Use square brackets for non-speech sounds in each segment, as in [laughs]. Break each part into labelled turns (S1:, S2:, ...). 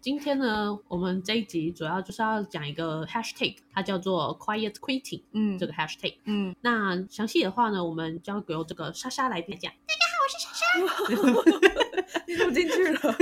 S1: 今天呢，我们这一集主要就是要讲一个 hashtag，它叫做 Quiet Quitting
S2: 嗯
S1: 这个 hashtag。
S2: 嗯，
S1: 那详细的话呢，我们交由这个莎莎来讲。
S2: [laughs]
S1: [laughs]
S2: 你怎么进去了？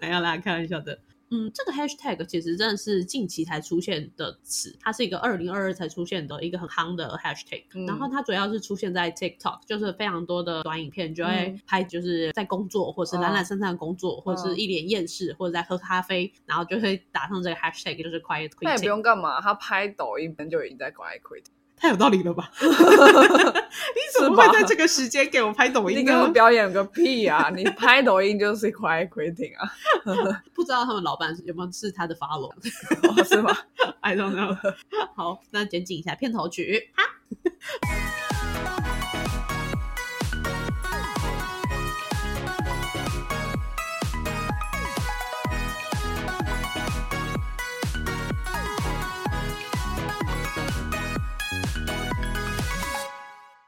S1: 没有啦，开玩笑的。嗯，这个 hashtag 其实真的是近期才出现的词，它是一个二零二二才出现的一个很夯的 hashtag、
S2: 嗯
S1: 然后它主要是出现在 TikTok，就是非常多的短影片就会
S2: 嗯哦
S1: 拍，就是在工作，或者是懒懒散散的工作，或者是一脸厌世，或者在喝咖啡，然后就会打上这个 hashtag，就是 quiet
S2: 那也不
S1: quitting。
S2: 用干 [laughs] 嘛，他拍抖音本就已经在 quiet quit，
S1: 太有道理了吧？ [laughs] 你
S2: 怎么会在这
S1: 个时间给我拍抖
S2: 你给我表演个屁啊！你拍抖音就是 quiet quitting 啊，
S1: 不知道他们老板有没有是他的 follow？
S2: 哦是吗？
S1: [laughs] I don't know 。 [laughs] 好，那剪辑一下片头曲。哈。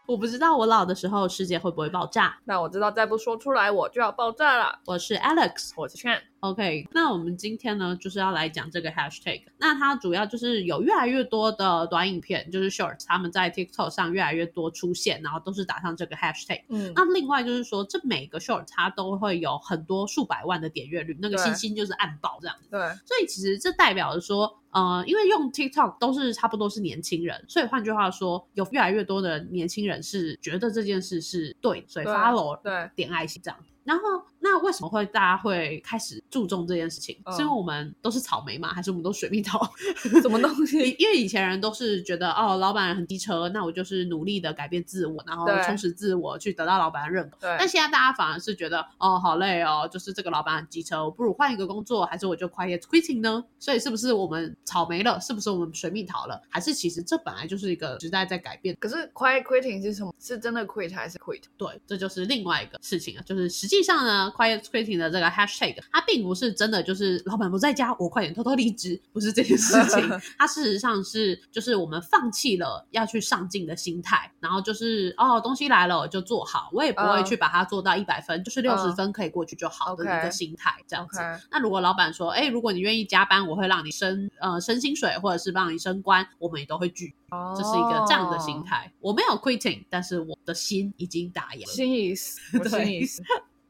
S1: 我不知道我老的时候世界会不会爆炸。
S2: 那我知道再不说出来我就要爆炸了。
S1: 我是 Alex，
S2: 我是劝，
S1: OK，那我们今天呢，就是要来讲这个 hashtag。那它主要就是有越来越多的短影片，就是 shorts，他们在 TikTok 上越来越多出现，然后都是打上这个 hashtag。
S2: 嗯
S1: 那另外就是说，这每个 short 它都会有很多数百万的点阅率，那个
S2: 对
S1: 星星就是暗爆这样子。
S2: 对，
S1: 所以其实这代表着说，呃，因为用 TikTok 都是差不多是年轻人，所以换句话说，有越来越多的年轻人是觉得这件事是对，所以
S2: 对
S1: follow
S2: [laughs] 对
S1: 点爱心这样。然后，那为什么会大家会开始注重这件事情？
S2: 嗯
S1: 是因为我们都是草莓吗？还是我们都水蜜桃？ [laughs]
S2: 什么东
S1: 因
S2: 西？
S1: 因为以前人都是觉得哦，老板很机车，那我就是努力的改变自我，然后
S2: 对
S1: 充实自我，去得到老板的认可。
S2: 对
S1: 但现在大家反而是觉得哦，好累哦，就是这个老板很机车，我不如换一个工作，还是我就 quiet quitting 呢？所以是不是我们草莓了？是不是我们水蜜桃了？还是其实这本来就是一个时代在改变？
S2: 可是 quiet quitting 是什么？是真的 quit 还是 quit？
S1: 对，这就是另外一个事情啊，就是实际上呢，quiet quitting 的这个 hashtag，它并不是真的就是老板不在家，我快点偷偷离职，不是这件事
S2: [laughs]
S1: 情，它事实上是就是我们放弃了要去上进的心态，然后就是哦东西来了我就做好，我也不会
S2: 嗯
S1: 去把它做到一百分，就是六十
S2: 嗯
S1: 分可以过去就好的一个
S2: OK
S1: 心态这样
S2: OK，
S1: 子。那如果老板说，哎，如果你愿意加班，我会让你升呃升薪水，或者是让你升官，我们也都会拒绝。
S2: 哦
S1: 这是一个这样的心
S2: 态。
S1: 态。我没有 quitting，但是我的心已经打烊了。
S2: 心已死，我
S1: 对
S2: 心已死。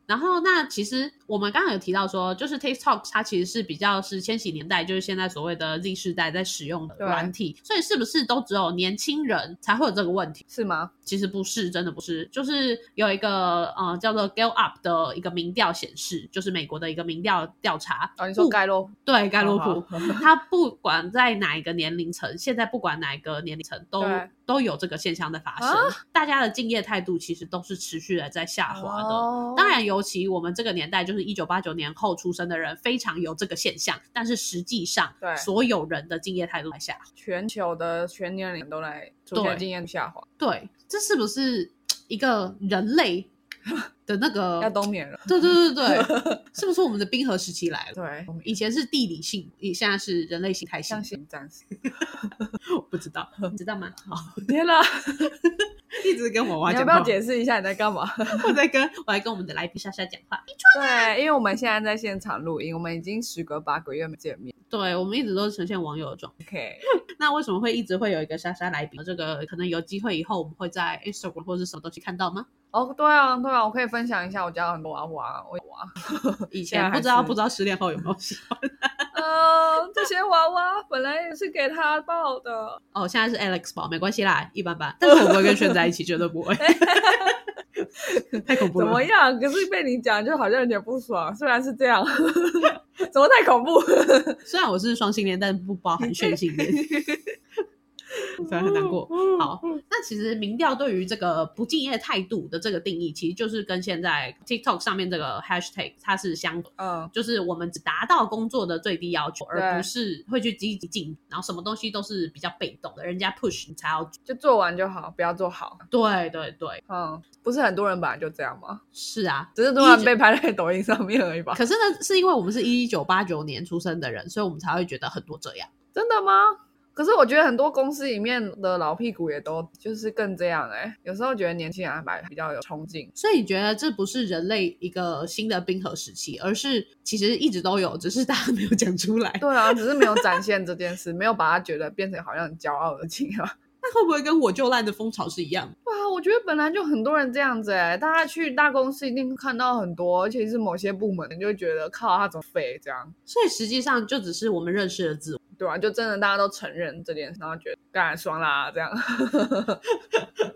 S1: 然后，那其实我们刚刚有提到说，就是 TikTok 它其实是比较是千禧年代，就是现在所谓的 Z 世代在使用的
S2: 对
S1: 软体，所以是不是都只有年轻人才会有这个问题？
S2: 是吗？
S1: 其实不是，真的不是，就是有一个呃叫做 Gallup 的一个民调显示，就是美国的一个民调调查，
S2: 哦，你说
S1: 不
S2: 盖洛？
S1: 对盖洛
S2: 好
S1: 普，他不管在哪一个年龄层，现在不管哪一个年龄层，都
S2: 对啊
S1: 都有这个现象在发生。大家的敬业态度其实都是持续的在下滑的。
S2: 哦
S1: 当然，尤其我们这个年代，就是一九八九年后出生的人，非常有这个现象。但是实际上，
S2: 对
S1: 所有人的敬业态度在下滑。
S2: 全球的全年龄都来出
S1: 对
S2: 现经验下滑，
S1: 对，这是不是一个人类的那个
S2: 要？冬眠了。
S1: 对对对
S2: [laughs]
S1: 对，是不是我们的冰河时期来了？
S2: 对，
S1: 以前是地理性，现在是人类性态性
S2: 像，心战士。
S1: [laughs] 我不知
S2: [laughs]
S1: 道，你知道吗？好。
S2: 天啦，
S1: 一直跟我娃
S2: 你
S1: 讲
S2: 要
S1: 话，
S2: 不要解释一下你在干嘛？
S1: [laughs] 我在跟我在跟我们的来宾莎莎讲话。
S2: [laughs] 对，因为我们现在在现场录音，我们已经时隔八个月没见面。
S1: 对，我们一直都是呈现网友的状态。
S2: OK，
S1: 那为什么会一直会有一个莎莎来宾？这个可能有机会以后我们会在 Instagram 或是什么东西看到
S2: [laughs]
S1: 吗？
S2: 哦，对啊，对啊，我可以分享一下我家很多娃娃，我有娃，
S1: 以
S2: 现
S1: 前
S2: 在
S1: 不知道
S2: 还是
S1: 不知道失恋后有没有
S2: [laughs]
S1: 喜欢
S2: 呃，这些娃娃本来也是给他抱的，
S1: 哦，现在是 Alex 宝，没关系啦，一般
S2: [laughs]
S1: 般。但是我不会跟轩在一起，绝对不会。太恐怖
S2: 怎么
S1: 了！
S2: 样？可是被你讲就好像有点不爽，虽然是这样， [laughs] 怎么太恐怖？
S1: 虽然我是双性恋，但不包
S2: [laughs]
S1: 含炫性恋，虽然很难过。好，那其实民调对于这个不敬业态度的这个定义，其实就是跟现在 TikTok 上面这个 hashtag 它是相反。
S2: 嗯，
S1: 就是我们只达到工作的最低要求，
S2: 对
S1: 而不是会去积极进，然后什么东西都是比较被动的，人家 push 你才要做。
S2: 就做完就好，不要做好。
S1: 对对对，
S2: 嗯，不是很多人本来就这样吗？
S1: 是啊。
S2: 只是突然被拍在抖音上面而已吧？
S1: 可是呢，是因为我们是一九八九年出生的人，所以我们才会觉得很多这样。
S2: 真的吗？可是我觉得很多公司里面的老屁股也都就是更这样哎、有时候觉得年轻人还蛮比较有冲劲。
S1: 所以你觉得这不是人类一个新的冰河时期，而是其实一直都有，只是大家没有讲出来。
S2: 对啊，只是没有展现这件事，没 [laughs] 有把它觉得变成好像很骄傲的情啊。
S1: 那会不会跟我就烂的风潮是一样？
S2: [laughs] 哇，我觉得本来就很多人这样子哎、大家去大公司一定看到很多，而且是某些部门，你就会觉得靠他怎么废这样，
S1: 所以实际上就只是我们认识的自我。
S2: 对啊，就真的大家都承认这件事，然后觉得干爽啦这样， [laughs]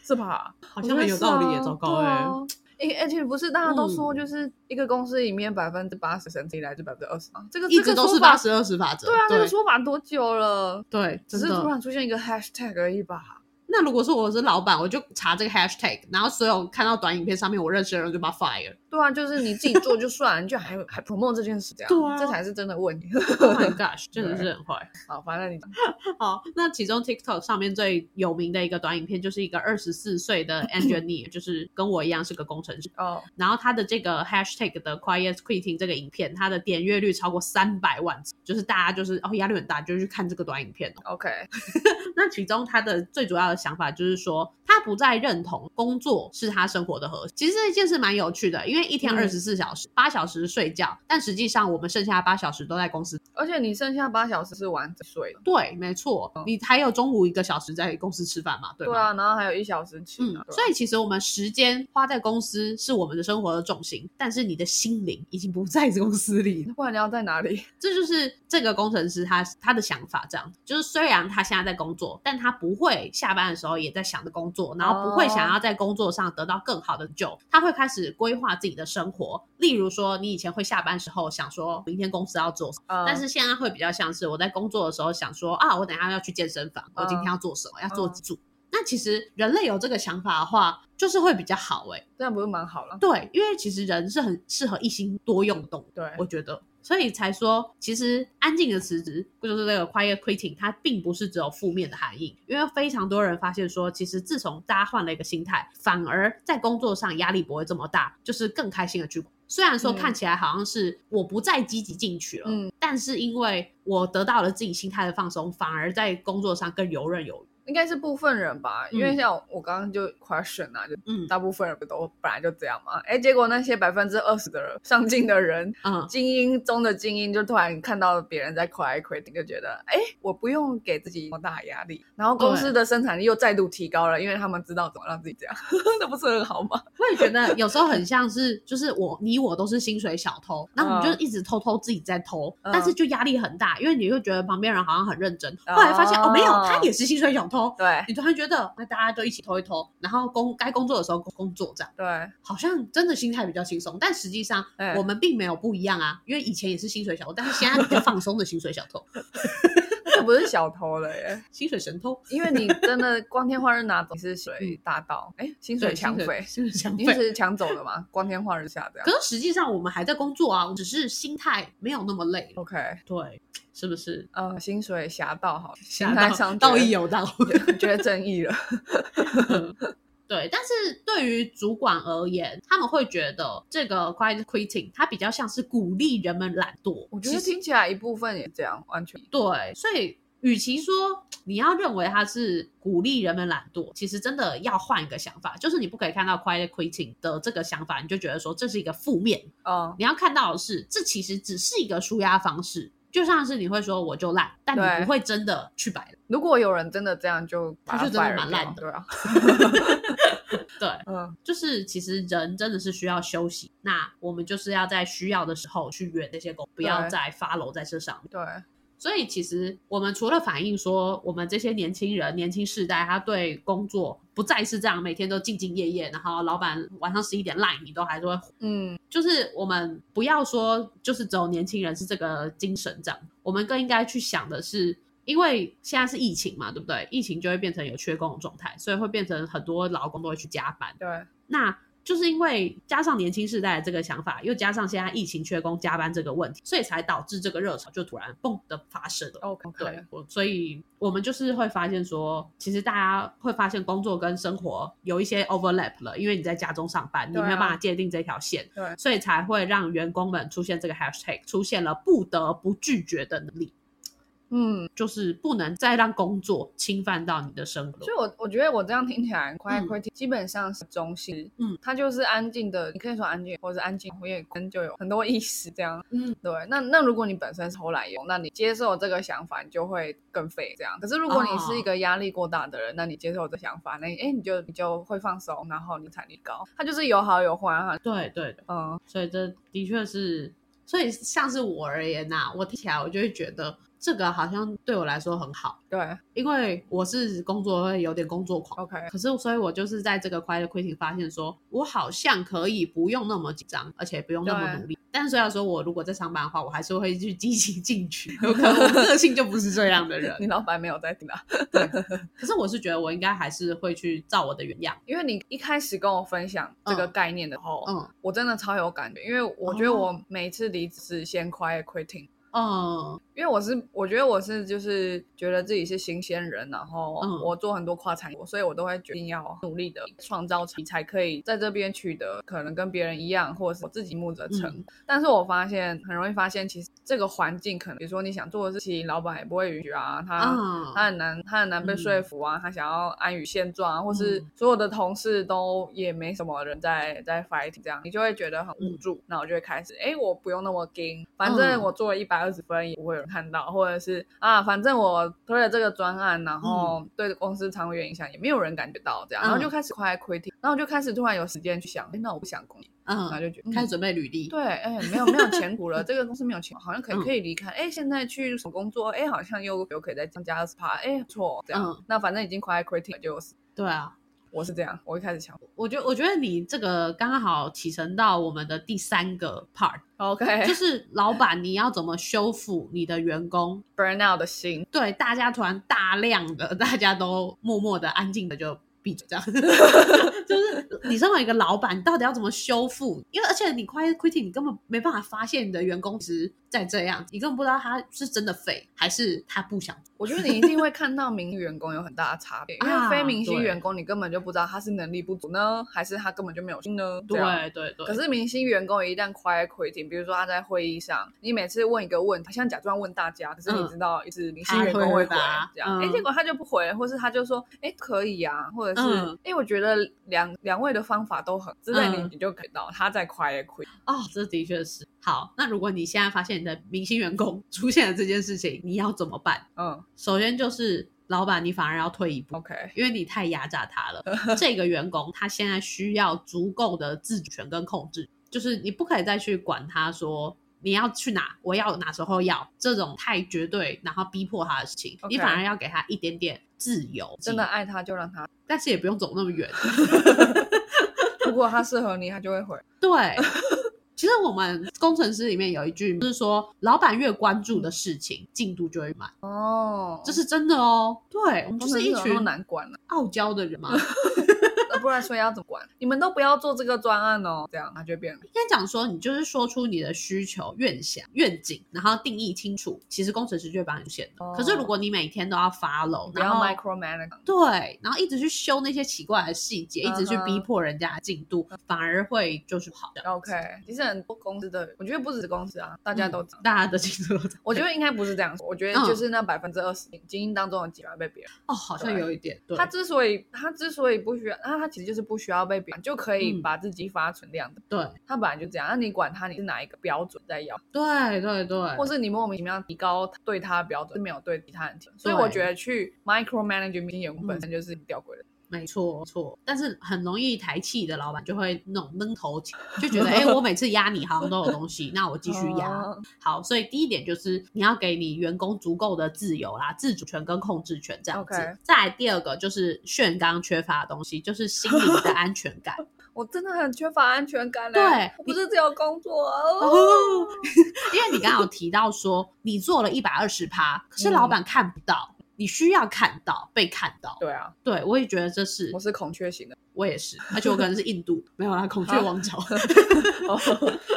S2: 是吧？
S1: 好像很有道理耶，
S2: 我觉得是啊
S1: 糟糕哎、
S2: 对啊诶而且不是大家都说，
S1: 嗯
S2: 就是一个公司里面百分之八十甚至来自百分之二十啊，这个
S1: 一直都是八。
S2: 这个说法
S1: 十二十法则。
S2: 对啊，这个
S1: 对
S2: 说法多久了？
S1: 对，
S2: 只
S1: 真
S2: 是突
S1: 的。
S2: 然出现一个 hashtag 而已吧。
S1: 那如果说我是老板，我就查这个 hashtag，然后所有看到短影片上面我认识的人就把他 fire。
S2: 对啊，就是你自己做就算了，你居然还还 promote 这件事，这样，
S1: 对啊
S2: 这才是真的问题。
S1: Oh my gosh，真的是很坏。
S2: [laughs] 好，反正你
S1: 好，那其中 TikTok 上面最有名的一个短影片，就是一个二十四岁
S2: [laughs]
S1: 的 engineer，就是跟我一样是个工程师。
S2: 哦，
S1: 然后他的这个 hashtag 的 Quiet Quitting 这个影片，它的点阅率超过三百万次，就是大家就是哦压力很大，就去看这个短影片哦。
S2: OK，
S1: 那其中他的最主要的想法就是说，他不再认同工作是他生活的核心。其实这件事蛮有趣的，因为一天
S2: 嗯
S1: 二十四小时，八、小时睡觉，但实际上我们剩下八小时都在公司。
S2: 而且你剩下八小时是完整睡的，
S1: 对，没错，你还有中午一个小时在公司吃饭嘛，对吧？
S2: 对啊，然后还有一小时起
S1: 嗯
S2: 啊，，
S1: 所以其实我们时间花在公司是我们的生活的重心，但是你的心灵已经不在公司里了
S2: 以。不然你要在哪里？
S1: 这就是这个工程师他他的想法，这样就是虽然他现在在工作，但他不会下班的时候也在想着工作，然后不会想要在工作上得到更好的救，他会开始规划自己的生活。例如说，你以前会下班时候想说明天公司要做什么，
S2: 嗯
S1: 但是现在会比较像是我在工作的时候想说啊，我等一下要去健身房，我今天要做什么，要做几组。那其实人类有这个想法的话，就是会比较好诶、
S2: 这样不是蛮好了？
S1: 对，因为其实人是很适合一心多用的动物。
S2: 对，
S1: 我觉得，所以才说，其实安静的辞职，就是这个 quiet quitting，它并不是只有负面的含义，因为非常多人发现说，其实自从大家换了一个心态，反而在工作上压力不会这么大，就是更开心的去。虽然说
S2: 嗯
S1: 看起来好像是我不再积极进取了，
S2: 嗯
S1: 但是因为我得到了自己心态的放松，反而在工作上更游刃有余。
S2: 应该是部分人吧，因为像我刚刚就 question 啊，就
S1: 嗯
S2: 大部分人不都本来就这样嘛？哎，结果那些百分之二十的人上进的人，
S1: 嗯，
S2: 精英中的精英，就突然看到别人在 cry quitting，就觉得哎，我不用给自己那么大压力，然后公司的生产力又再度提高了，因为他们知道怎么让自己这样， [laughs] 那不是很好吗？
S1: 我也觉得有时候很像是，就是我你我都是薪水小 [laughs] 偷，然后我们就一直偷偷自己在偷，
S2: 嗯
S1: 但是就压力很大，因为你会觉得旁边人好像很认真，后来发现哦没有，他也是薪水小偷，
S2: 对
S1: 你突然觉得那大家就一起偷一偷，然后工该工作的时候工作这样，
S2: 对，
S1: 好像真的心态比较轻松，但实际上
S2: 哎
S1: 我们并没有不一样啊，因为以前也是薪水小偷，但是现在比较放松的薪水小 [laughs] 偷，
S2: 这不是小偷了耶，
S1: 薪水神偷，
S2: 因为你
S1: [laughs]
S2: 真的光天化日拿走你是水
S1: 嗯
S2: 大盗，哎，薪
S1: 对
S2: 水抢匪，
S1: 薪水抢
S2: 因为
S1: 匪。
S2: 是抢走的嘛，光天化日下这样
S1: 可。是实际上我们还在工作啊，只是心态没有那么累，
S2: OK，
S1: 对，是不是？
S2: 呃，薪水侠盗好了，心
S1: 侠
S2: 态
S1: 盗
S2: 上
S1: 道义
S2: 有，
S1: 有道。
S2: 觉得正义了。
S1: [laughs]
S2: [laughs]
S1: 对，但是对于主管而言，他们会觉得这个 quiet quitting 它比较像是鼓励人们懒惰。
S2: 我觉得
S1: 其实
S2: 听起来一部分也这样，完全
S1: 对，所以与其说你要认为它是鼓励人们懒惰，其实真的要换一个想法，就是你不可以看到 quiet quitting 的这个想法，你就觉得说这是一个负面。
S2: 嗯，
S1: 你要看到的是，这其实只是一个舒压方式。就像是你会说我就烂，但你
S2: 对
S1: 不会真的去摆烂。
S2: 如果有人真的这样，就把
S1: 他
S2: 它
S1: 就真的
S2: fire
S1: 蛮
S2: 掉
S1: 烂的
S2: 对啊，
S1: 对，
S2: 嗯，
S1: 就是其实人真的是需要休息，那我们就是要在需要的时候去圆那些工，不要再发楼在这上面。
S2: 对，
S1: 所以其实我们除了反映说我们这些年轻人、年轻世代，他对工作不再是这样每天都兢兢业业，然后老板晚上十一点赖你都还是会，
S2: 嗯，
S1: 就是我们不要说就是只有年轻人是这个精神这样，我们更应该去想的是。因为现在是疫情嘛，对不对？疫情就会变成有缺工的状态，所以会变成很多劳工都会去加班。
S2: 对，
S1: 那就是因为加上年轻世代的这个想法，又加上现在疫情缺工、加班这个问题，所以才导致这个热潮就突然蹦的发生了。
S2: OK，
S1: 对，我所以我们就是会发现说，其实大家会发现工作跟生活有一些 overlap 了，因为你在家中上班，你
S2: 对啊
S1: 没有办法界定这条线，
S2: 对
S1: 所以才会让员工们出现这个 hashtag，出现了不得不拒绝的能力。
S2: 嗯，
S1: 就是不能再让工作侵犯到你的生活
S2: 所。以我，我觉得我这样听起来，quiet quitting 基本上是中性，
S1: 嗯，
S2: 它就是安静的，你可以说安静，或者是安静活跃，跟就有很多意识这样。
S1: 嗯，
S2: 对，那那如果你本身是偷懒用，那你接受这个想法，你就会更废这样。可是如果你是
S1: 哦
S2: 一个压力过大的人，那你接受这想法，那哎你就你就会放松，然后你产力高，它就是有好有坏哈。
S1: 对对对，
S2: 嗯，
S1: 所以这的确是，所以像是我而言呐、我听起来我就会觉得这个好像对我来说很好，
S2: 对
S1: 因为我是工作会有点工作狂。
S2: ，OK，
S1: 可是，所以我就是在这个 quiet quitting 发现说，我好像可以不用那么紧张，而且不用那么
S2: 对。
S1: 努力。但虽然说我如果在上班的话，我还是会去积极进取，有可能我个性就不是这样的人
S2: 你老板没有在听啊？
S1: 可是我是觉得我应该还是会去照我的原样，
S2: 因为你一开始跟我分享这个概念的时候，
S1: 嗯
S2: 我真的超有感觉，因为我觉得
S1: 哦
S2: 我每次离职是先 quiet quitting，
S1: 嗯
S2: 因为我是我觉得我是就是觉得自己是新鲜人，然后
S1: 嗯
S2: 我做很多跨产业，所以我都会决定要努力的创造成绩，才可以在这边取得可能跟别人一样，或者是我自己目则成。
S1: 嗯
S2: 但是我发现很容易发现，其实这个环境可能，比如说你想做的事情，老板也不会允许啊，他。
S1: 嗯，
S2: 他很难，他很难被说服啊！他想要安于现状啊，或是
S1: 嗯
S2: 所有的同事都也没什么人在在 fight，这样你就会觉得很无助。那、我就会开始，哎，我不用那么盯，反正
S1: 嗯
S2: 我做了一百二十分也不会有人看到，或者是啊，反正我推了这个专案，然后对公司长远影响也没有人感觉到这样，
S1: 嗯
S2: 然后就开始快 quitting，然后就开始突然有时间去想，哎，那我不想工作，然后
S1: 嗯，
S2: 就觉得、嗯
S1: 开始准备履历，
S2: 对，哎、没有没有前途了，这个公司没有前途，好像可以
S1: 嗯
S2: 可以离开。哎、现在去什么工作？哎、好像又又可以再增加二十趴，哎、不错，这样。
S1: 嗯
S2: 那反正已经快 quitting 了，就是
S1: 对啊。
S2: 我是这样，我一开始想
S1: 我觉我觉得你这个刚刚好启程到我们的第三个 part，[laughs]
S2: ，OK，
S1: 哦就是老板你要怎么修复你的员工
S2: burn out 的心，
S1: 对，大家突然大量的，大家都默默的、安静的就闭嘴，这样。 [laughs] 就是你身为一个老板，你到底要怎么修复？因为而且你快 quitting，你根本没办法发现你的员工其实在这样，你根本不知道他是真的废还是他不想。
S2: 我觉得你一定会看到明星员工有很大的差别，因为
S1: 啊
S2: 非明星
S1: 对
S2: 员工你根本就不知道他是能力不足呢，还是他根本就没有心呢，这
S1: 对啊
S2: 样
S1: 对对，
S2: 可是明星员工一旦 quiet quitting，比如说他在会议上，你每次问一个问，好像假装问大家，可是你
S1: 嗯
S2: 知道是明星员工回
S1: 他会答
S2: 这样，哎、
S1: 嗯
S2: 结果他就不回，或是他就说，哎，可以啊，或者是，哎
S1: 嗯、
S2: 我觉得两两位的方法都很之类的，
S1: 嗯
S2: 你就可以到他在 quiet quit。
S1: 哦，这的确是好。那如果你现在发现你的明星员工 [laughs] 出现了这件事情，你要怎么办？
S2: 嗯
S1: 首先就是老板，你反而要退一步。
S2: ，OK，
S1: 因为你太压榨他
S2: [laughs]
S1: 了。这个员工他现在需要足够的自主权跟控制，就是你不可以再去管他说你要去哪，我要哪时候要这种太绝对，然后逼迫他的事情
S2: OK
S1: 你反而要给他一点点自由，
S2: 真的，爱他就让他，
S1: 但是也不用走那么
S2: [laughs]
S1: 远。
S2: 如果他适合你，他就会回。
S1: 对。其实我们工程师里面有一句，就是说，老板越关注的事情，进度就会慢， [laughs]
S2: 哦，
S1: 这是真的哦。对，我们
S2: 就
S1: 就是一群
S2: 难管了、
S1: 傲娇的人嘛，
S2: 呃不然所以要怎么管？你们都不要做这个专案哦，这样他就
S1: [laughs]
S2: 变了。
S1: 应该讲说，你就是说出你的需求、愿想、愿景，然后定义清楚，其实工程师就会帮你出现的。
S2: 哦
S1: 可是如果你每天都要 follow，
S2: 不
S1: 然
S2: 要
S1: 后
S2: micromanage，
S1: 对，然后一直去修那些奇怪的细节，一直去
S2: 嗯
S1: 逼迫人家的进度，反而会就是不好的。
S2: OK，其实很多公司的，我觉得不止公司啊，大家都这样。
S1: 嗯大家的进度都在
S2: 我觉得应该不是这样说，我觉得
S1: 嗯
S2: 就是那百分之二十精英当中的几万被别人。
S1: 哦，好像
S2: 对
S1: 有一点对
S2: 他，之所以他之所以不需要，那他其实就是不需要被别人就可以
S1: 嗯
S2: 把自己发存量的。
S1: 对
S2: 他本来就这样，那你管他你是哪一个标准在要，
S1: 对对对，
S2: 或是你莫名其妙提高对他的标准，是没有对其他人提。所以我觉得去 micromanage 明星员工本身就是吊诡的。
S1: 没错没错。但是很容易抬气的老板就会那种闷头气，就觉得
S2: [laughs]
S1: 哎、诶我每次压你好像都有东西，那我继续压。
S2: 哦
S1: 好，所以第一点就是你要给你员工足够的自由啦、自主权跟控制权这样子。
S2: OK
S1: 再来第二个就是炫刚缺乏的东西，就是心灵的安全
S2: [laughs]
S1: 感。
S2: 我真的很缺乏安全感嘞。
S1: 对
S2: 我不是只有工作
S1: 哦
S2: 哦。，
S1: 因为你刚刚有提到说你做了一百二十趴，可
S2: 嗯
S1: 是老板看不到，你需要看到被看到。
S2: 对啊，
S1: 对，我也觉得这是
S2: 我是孔雀型的，
S1: 我也是，而且我可能是印度，没有啦，孔雀王
S2: [laughs]
S1: 朝。 [laughs]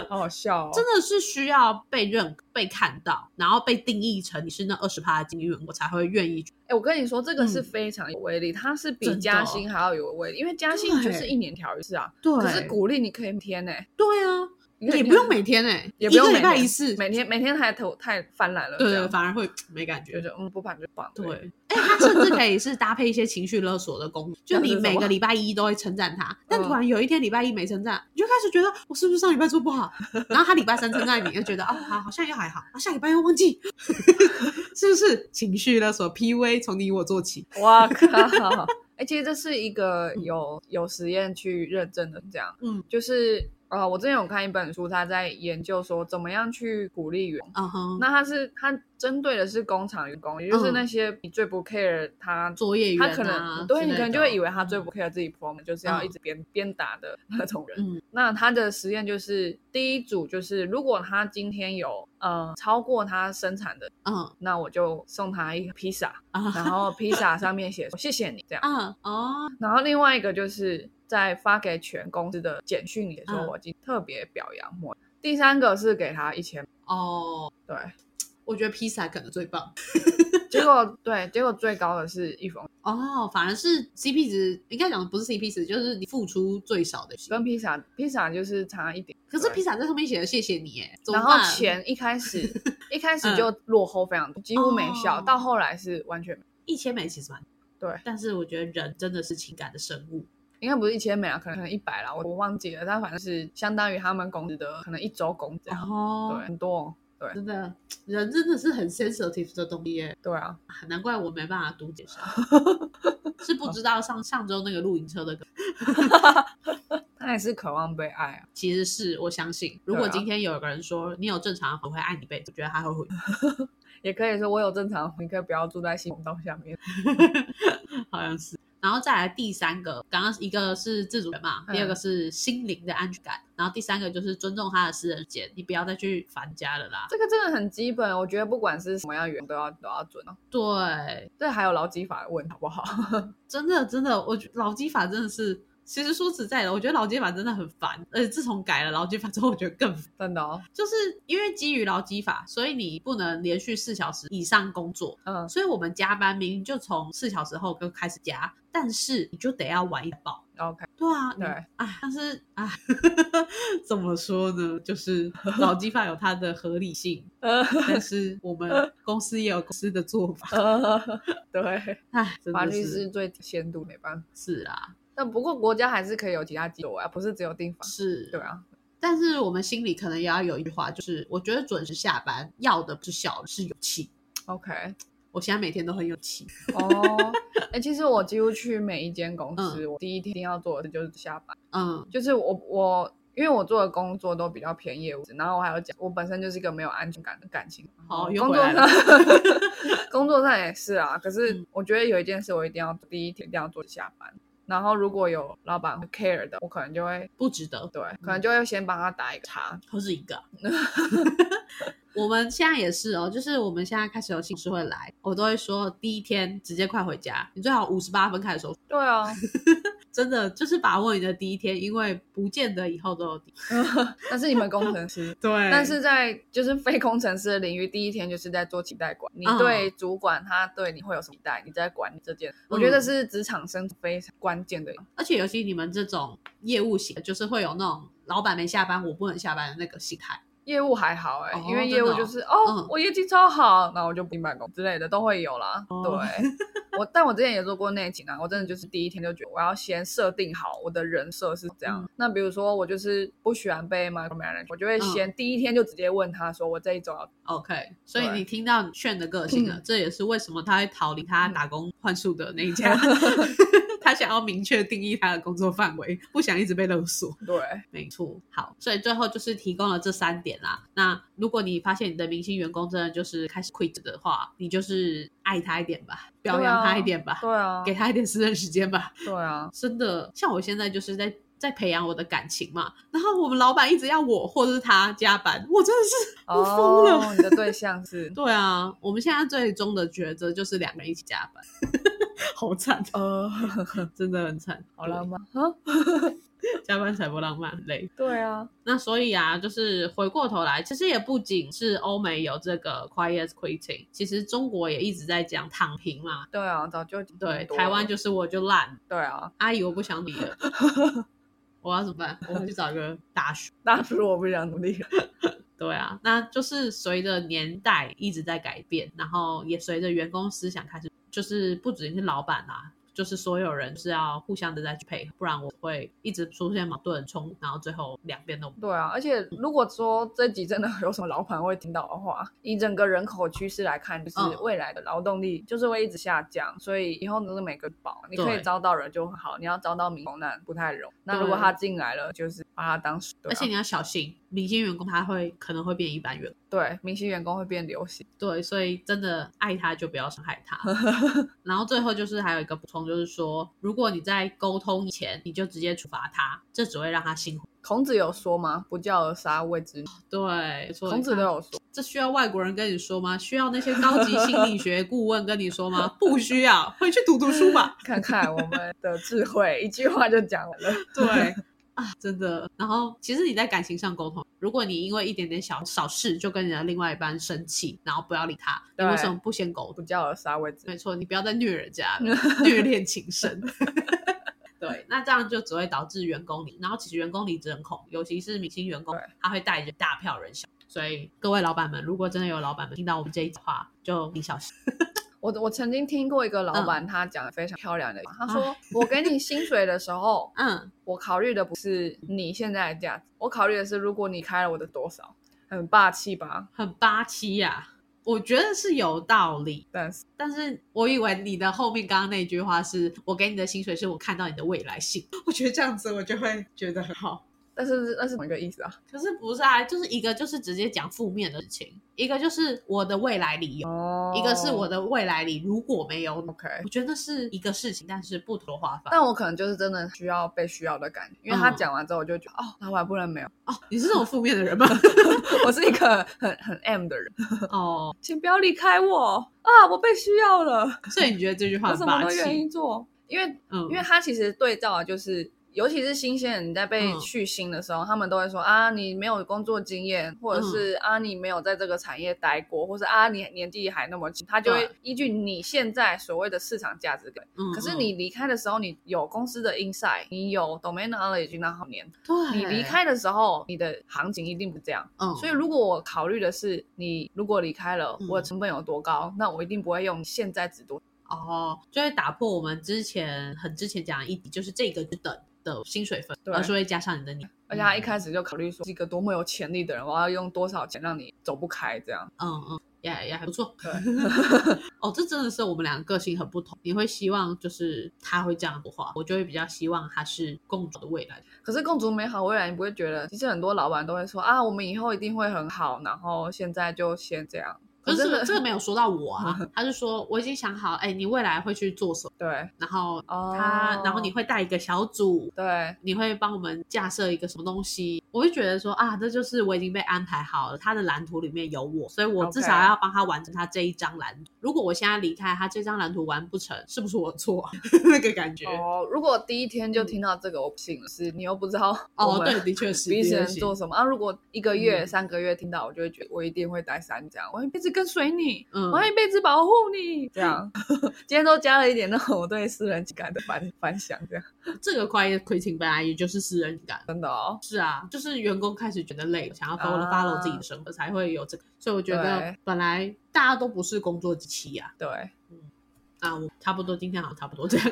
S2: 好好笑哦。
S1: 真的是需要被认、被看到，然后被定义成你是那二十趴的经纪人，我才会愿意去。
S2: 哎、我跟你说，这个是
S1: 嗯
S2: 非常有威力，它是比
S1: 真的
S2: 加薪还要有威力，因为加薪就是
S1: 对
S2: 一年调一次啊，
S1: 对
S2: 可是鼓励你可以每天呢、
S1: 对啊，
S2: 你可以
S1: 也
S2: 听
S1: 不用每天哎、
S2: 也不
S1: 一
S2: 用
S1: 个
S2: 每
S1: 礼拜
S2: 天
S1: 一次，
S2: 每天每天太头太泛滥了，
S1: 对
S2: 这
S1: 对，
S2: 样
S1: 反而会没感觉
S2: 就。是嗯不盘就放，
S1: 对，哎、它甚至可以是搭配一些情绪勒索的
S2: [laughs]
S1: 功能，就
S2: 像是
S1: 你
S2: 什
S1: 每
S2: 么
S1: 个礼拜一都会称赞他，但
S2: 嗯
S1: 突然有一天礼拜一没称赞，你就开始觉得我是不是上礼拜做不
S2: [laughs]
S1: 好？然后他礼拜三称赞你，又觉得哦，好，好像又还好，啊，下礼拜又忘
S2: [laughs]
S1: 记，是不是情绪勒索 PUA 从你我做起？ [laughs]
S2: 哇靠！哎、其实这是一个有有实验去认证的，这样，
S1: 嗯，
S2: 就是呃，我之前有看一本书，他在研究说怎么样去鼓励员工。
S1: 嗯哼，
S2: 那他是他针对的是工厂员工，也就是
S1: 嗯
S2: 那些你最不 care 他。
S1: 作业员、
S2: 他
S1: 啊、
S2: 可能
S1: 之
S2: 对
S1: 类
S2: 你可能就会
S1: 的
S2: 以为他最不 care 自己 perform，、就是要
S1: 嗯
S2: 一直鞭鞭打的 [laughs] 那种人。
S1: 嗯
S2: 那他的实验就是第一组就是，如果他今天有呃超过他生产的，
S1: 嗯
S2: 那我就送他一个披萨，然 [laughs]
S1: 啊
S2: 后披萨上面写说谢谢你这样。
S1: 啊哦
S2: 然后另外一个就是在发给全公司的简讯里说
S1: 嗯
S2: 我今特别表扬我。第三个是给他一千，
S1: 哦，
S2: 对，
S1: 我觉得披萨可能最棒
S2: 结果对，结果最高的是一封，
S1: 哦，反而是 CP 值，应该讲不是 CP 值，就是你付出最少的
S2: 跟披萨披萨就是差一点。
S1: 可是
S2: 对
S1: 披萨在上面写的谢谢你，哎，怎么
S2: 然后
S1: 办
S2: 钱一开始一开始就落后非常多，几乎没效，
S1: 哦
S2: 到后来是完全没。
S1: 一千美其实蛮，
S2: 对，
S1: 但是我觉得人真的是情感的生物，
S2: 应该不是一千美啊，可能可能一百啦，我我忘记了，但反正是相当于他们公司的可能一周工这
S1: 然
S2: 样，
S1: 后
S2: 对，很多哦，对
S1: 真的人真的是很 sensitive 的东西耶，
S2: 对啊，
S1: 啊难怪我没办法读
S2: [laughs]
S1: 解释，是不知道上上周那个露营车的歌，
S2: 他也是渴望被爱啊，
S1: 其实是我相信，如果
S2: 对啊
S1: 今天有个人说你有正常的反馈爱你辈子，我觉得他会回，
S2: 也可以说我有正常婚，你可以不要住在西红道下面。
S1: 好像是。然后再来第三个，刚刚一个是自主权嘛，
S2: 嗯
S1: 第二个是心灵的安全感，然后第三个就是尊重他的私人时间，你不要再去烦家了啦。
S2: 这个真的很基本，我觉得不管是什么样的员工都要都要准哦。
S1: 对，
S2: 这还有劳基法的问好不好？ [laughs]
S1: 真的真的，我觉得劳基法真的是，其实说实在的，我觉得劳基法真的很烦，而且自从改了劳基法之后，我觉得更烦，
S2: 真的哦，
S1: 就是因为基于劳基法，所以你不能连续四小时以上工作。
S2: 嗯，
S1: 所以我们加班明明就从四小时后就开始加，但是你就得要晚一报。
S2: OK，
S1: 对啊，
S2: 对
S1: 啊，唉但是啊， [laughs] 怎么说呢？就是劳基法有它的合理性，
S2: 呃
S1: 但是我们公司也有公司的做法。
S2: 呃，
S1: [laughs]
S2: [laughs] 对，
S1: 唉，真的
S2: 法律
S1: 是
S2: 是最先度，没办法。
S1: 是啊，
S2: 但不过国家还是可以有其他机构啊，不是只有定法。
S1: 是
S2: 对啊，
S1: 但是我们心里可能也要有一句话，就是我觉得准时下班要的不是效率，是勇气。
S2: ，OK，
S1: 我现在每天都很有气，
S2: 哦，哎、其实我几乎去每一间公司，我第一天要做的就是下班，
S1: 嗯
S2: 就是我我。因为我做的工作都比较偏业务，然后我还有讲，我本身就是一个没有安全感的感情。
S1: 好又
S2: 工
S1: 回
S2: 作
S1: 来了
S2: 上， [laughs] 工作上也是啊。可是
S1: 嗯
S2: 我觉得有一件事，我一定要第一天一定要做下班。然后如果有老板会 care 的，我可能就会
S1: 不值得，
S2: 对，可能就会先帮他打一个叉。
S1: 都是一个。
S2: [laughs]
S1: 我们现在也是哦，就是我们现在开始有新事会来，我都会说第一天直接快回家，你最好五十八分开始收，
S2: 对啊，
S1: 真的就是把握你的第一天，因为不见得以后都有第一天。
S2: [laughs] 但是你们工程师，
S1: 对，
S2: 但是在就是非工程师的领域，第一天就是在做期待管。你
S1: 嗯
S2: 对主管他对你会有什么期待？你在管理这件，我
S1: 嗯
S2: 觉得是职场生非常关键的。
S1: 而且尤其你们这种业务型，就是会有那种老板没下班，我不能下班的那个心态。
S2: 业务还好哎、
S1: 哦
S2: 因为业务就是哦
S1: 嗯
S2: 我业绩超好，那我就不办公之类的都会有啦。
S1: 哦
S2: 对，我但我之前也做过内勤啊，我真的就是第一天就觉得我要先设定好我的人设是这样。
S1: 嗯
S2: 那比如说我就是不喜欢被 micromanage，我就会
S1: 嗯
S2: 先、第一天就直接问他说我这一周要
S1: OK，所以
S2: 对
S1: 你听到炫的个性了，啊这也是为什么他会逃离他打工换宿的那一家。 [laughs] 他想要明确定义他的工作范围，不想一直被勒索。
S2: 对。
S1: 没错，好，所以最后就是提供了这三点啦。那如果你发现你的明星员工真的就是开始 quit 的话，你就是爱他一点吧，表扬他一点吧，
S2: 对啊，
S1: 给他一点私人时间吧。
S2: 对啊，
S1: 真的，像我现在就是在在培养我的感情嘛，然后我们老板一直要我或者是他加班，我真的是我疯了。
S2: 哦，你的对象是 [laughs]
S1: 对啊，我们现在最终的抉择就是两个人一起加班， [laughs] 好惨，啊
S2: 呃，
S1: 真的很惨。
S2: 好浪漫啊？
S1: 对，加班才不浪漫，很累。
S2: 对啊，
S1: 那所以啊，就是回过头来，其实也不仅是欧美有这个 quiet quitting，其实中国也一直在讲躺平嘛。
S2: 对啊，早就
S1: 对，台湾就是我就烂，
S2: 对啊，
S1: 阿姨我不想理了。我要怎么办？我去找一个大学。
S2: 大叔，我不想努力了。
S1: 对啊，那就是随着年代一直在改变，然后也随着员工思想开始，就是不仅是老板啦、就是所有人是要互相的再去配合，不然我会一直出现矛盾冲突，然后最后两边都
S2: [laughs] 对啊，而且如果说这集真的有什么老板会听到的话，以整个人口趋势来看，就是
S1: 嗯
S2: 未来的劳动力就是会一直下降，所以以后都是每个宝，你可以
S1: 对
S2: 招到人就很好，你要招到民工那不太容易。那如果
S1: 对
S2: 他进来了，就是把他当水、对啊
S1: 而且你要小心，明星员工他会可能会变一般员工。
S2: 对明星员工会变流行，
S1: 对，所以真的爱他就不要伤害
S2: [laughs]
S1: 他。然后最后就是还有一个补充，就是说，如果你在沟通前你就直接处罚他，这只会让他心灰。
S2: 孔子有说吗？不教而杀谓之。
S1: 对，没错
S2: 孔子
S1: 你
S2: 都
S1: 看
S2: 有说，
S1: 这需要外国人跟你说吗？需要那些高级心理学顾问跟你说吗？ [laughs] 不需要，回去读读书
S2: [laughs]
S1: 吧。
S2: 看看我们的智慧，一句话就讲完了。 [laughs]
S1: 对。 [laughs] 啊，真的。然后，其实你在感情上沟通，如果你因为一点点小小事就跟你的另外一半生气，然后不要理他，你
S2: 对
S1: 为什么不先沟通
S2: 不？教而杀谓之。
S1: 没错，你不要再虐人家了，虐恋情深。 [laughs] 对，那这样就只会导致员工离，然后其实员工离职很恐怖，尤其是明星员工
S2: 对，
S1: 他会带着大票人小。所以各位老板们，如果真的有老板们听到我们这一句话，就你小心。
S2: 我我曾经听过一个老板，他讲的非常漂亮的，他说：“ [laughs] 我给你薪水的时候，
S1: 嗯，
S2: 我考虑的不是你现在的价值，我考虑的是如果你开了我的多少，很霸气吧？
S1: 很霸气呀、我觉得是有道理。
S2: 但是
S1: 但是我以为你的后面刚刚那句话是我给你的薪水是我看到你的未来性， [laughs] 我觉得这样子我就会觉得很好。
S2: 但是那是同一个意思啊。
S1: 可是不是啊，就是一个就是直接讲负面的事情，一个就是我的未来理由，
S2: 哦
S1: 一个是我的未来里如果没有你，
S2: OK，
S1: 我觉得那是一个事情，但是不同的花法。
S2: 但我可能就是真的需要被需要的感觉，因为他讲完之后，我就觉得、哦，老板不能没有， [laughs]
S1: 哦，你是这种负面的人吗？
S2: 我是一个很很 M 的人，
S1: 哦，
S2: 请不要离开我啊，我被需要了，
S1: 所以你觉得这句话
S2: 我
S1: 很
S2: 什么
S1: 霸
S2: 都愿
S1: 气？
S2: 意做，因为
S1: 嗯，
S2: 因为他其实对照的就是，尤其是新鲜人在被
S1: 嗯
S2: 续薪的时候，他们都会说啊，你没有工作经验，或者是、啊，你没有在这个产业待过，或是啊，你年纪还那么轻，他就会
S1: 对
S2: 依据你现在所谓的市场价值感。
S1: 嗯
S2: 可是
S1: 嗯
S2: 你离开的时候，你有公司的 insight，你有 domain knowledge，那好年。
S1: 对
S2: 你离，开的时候，你的行情一定不这样。
S1: 嗯，
S2: 所以，如果我考虑的是你如果离开了，
S1: 嗯
S2: 我的成本有多高，那我一定不会用现在值多
S1: 哦，就会打破我们之前很之前讲的一题，就是这个是等的薪水分，
S2: 对
S1: 而是会加上你的你。
S2: 而且他一开始就考虑说是一个多么有潜力的人，我要用多少钱让你走不开这样。
S1: 嗯嗯，也也还不错。
S2: 对，
S1: [laughs] 哦，这真的是我们两个个性很不同。你会希望就是他会这样的话，我就会比较希望他是共同的未来。
S2: 可是共筑美好未来，你不会觉得？其实很多老板都会说啊，我们以后一定会很好，然后现在就先这样。
S1: 可是这
S2: 哦真
S1: 个
S2: 的嗯
S1: 这个没有说到我啊，他是说我已经想好，哎、你未来会去做什么，
S2: 对
S1: 然后
S2: 哦，
S1: 他，然后你会带一个小组，
S2: 对
S1: 你会帮我们架设一个什么东西，我会觉得说啊，这就是我已经被安排好了，他的蓝图里面有我，所以我
S2: OK
S1: 至少要帮他完成他这一张蓝图。如果我现在离开，他这张蓝图完不成，是不是我的错啊？ [laughs] 那个感觉。
S2: 哦，如果第一天就听到这个，我不信了，是你又不知道我
S1: 嗯哦，
S2: 们 [laughs]
S1: 对，的确是，
S2: 彼此
S1: 的
S2: 能
S1: 确是
S2: 做什么啊？如果一个月、
S1: 嗯
S2: 三个月听到，我就会觉得我一定会待三这样，我一辈子跟随你，
S1: 嗯
S2: 我，一辈子保护
S1: [laughs]
S2: 你，这样。 [laughs] 今天都加了一点那种我对私人情感的反反响，这样
S1: 这个快亏情本来也就是私人感，
S2: 真的哦。
S1: 是啊，就是员工开始觉得累，想要 follow、
S2: 啊
S1: follow 自己的生活，才会有这个。所以我觉得
S2: 对
S1: 本来大家都不是工作机器呀、
S2: 对，
S1: 啊，我差不多今天好像差不多这
S2: [laughs]
S1: 样。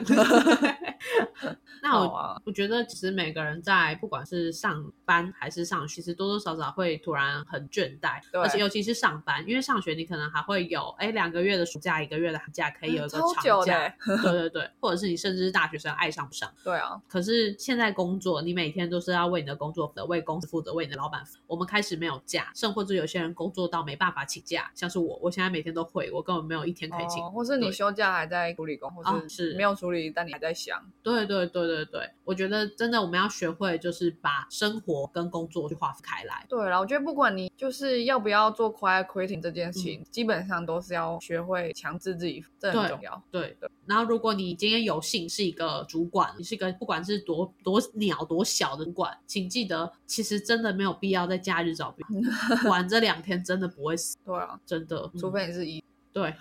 S1: 那我、
S2: 好啊，
S1: 我觉得其实每个人在不管是上班还是上学，其实多多少少会突然很倦怠，
S2: 对
S1: 而且尤其是上班，因为上学你可能还会有哎两个月的暑假，一个月的寒假可以有一个
S2: 嗯超
S1: 长
S2: 久的
S1: 假，
S2: 欸，
S1: 对对对，或者是你甚至是大学生爱上不上。
S2: 对啊，
S1: 可是现在工作，你每天都是要为你的工作负责，为公司负责，为你的老板负责。我们开始没有假，甚或者有些人工作到没办法请假，像是我，我现在每天都会，我根本没有一天可以请。
S2: 哦，或是你
S1: 对
S2: 休假还在处理工，
S1: 啊
S2: 或
S1: 是
S2: 没有处理，但你还在想，
S1: 对对对对对，我觉得真的我们要学会，就是把生活跟工作去划分开来。
S2: 对啦，我觉得不管你就是要不要做 quiet quitting 这
S1: 嗯
S2: 件事情，基本上都是要学会强制自己，这很
S1: 对
S2: 重要。
S1: 对，然后如果你今天有幸是一个主管，你是一个不管是多多鸟多小的主管，请记得，其实真的没
S2: [laughs]
S1: 有必要在假日找别人玩这两天，真的不会死，
S2: 对啊，
S1: 真的。嗯
S2: 除非你是一，
S1: 对，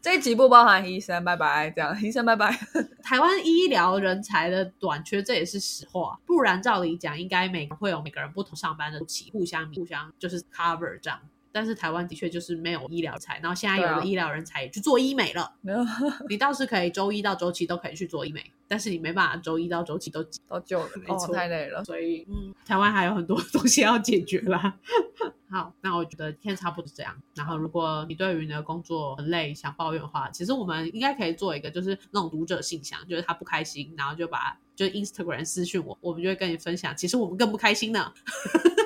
S2: 这一集不包含医生，拜拜，这样医生拜拜。 [laughs]
S1: 台湾医疗人才的短缺，这也是实话。不然照理讲，应该每会有每个人不同上班的期，互相互相就是 cover 这样。但是台湾的确就是没有医疗人才，然后现在有
S2: 对啊
S1: 了医疗人才也去做医美了。
S2: 没有
S1: 你倒是可以周一到周七都可以去做医美，但是你没办法周一到周七都挤，
S2: 都救了，
S1: 没
S2: 哦，
S1: 错
S2: 太累了。
S1: 所以嗯，台湾还有很多东西要解决啦。好，那我觉得今天差不多是这样。然后，如果你对于你的工作很累想抱怨的话，其实我们应该可以做一个就是那种读者信箱，就是他不开心，然后就把就是 Instagram 私讯我，我们就会跟你分享，其实我们更不开心呢。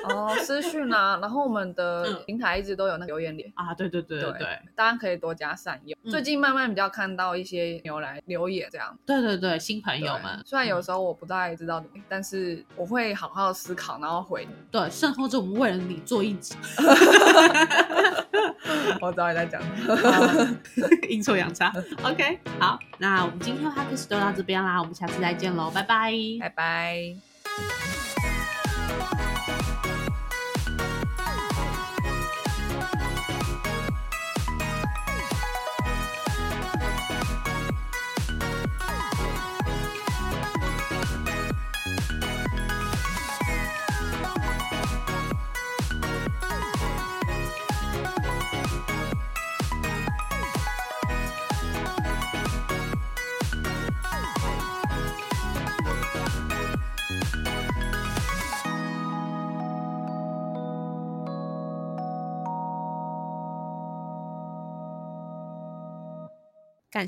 S2: 哦，私讯啊，然后我们的
S1: 嗯
S2: 平台一直都有那个留言点，
S1: 啊，对对对对
S2: 对
S1: 对
S2: 大家可以多加善用。
S1: 嗯
S2: 最近慢慢比较看到一些牛来留言这样，
S1: 对对对，新朋
S2: 对
S1: 友们，
S2: 虽然有
S1: 嗯
S2: 时候我不太知道怎么，但是我会好好思考，然后回你。
S1: 对，甚或者我们为了你做一集，
S2: 我早也在讲，
S1: 阴错阳差。OK，好，那我们今天的 p o d c a s 就到这边啦，我们下次再见喽，拜拜。
S2: 拜拜。
S1: 感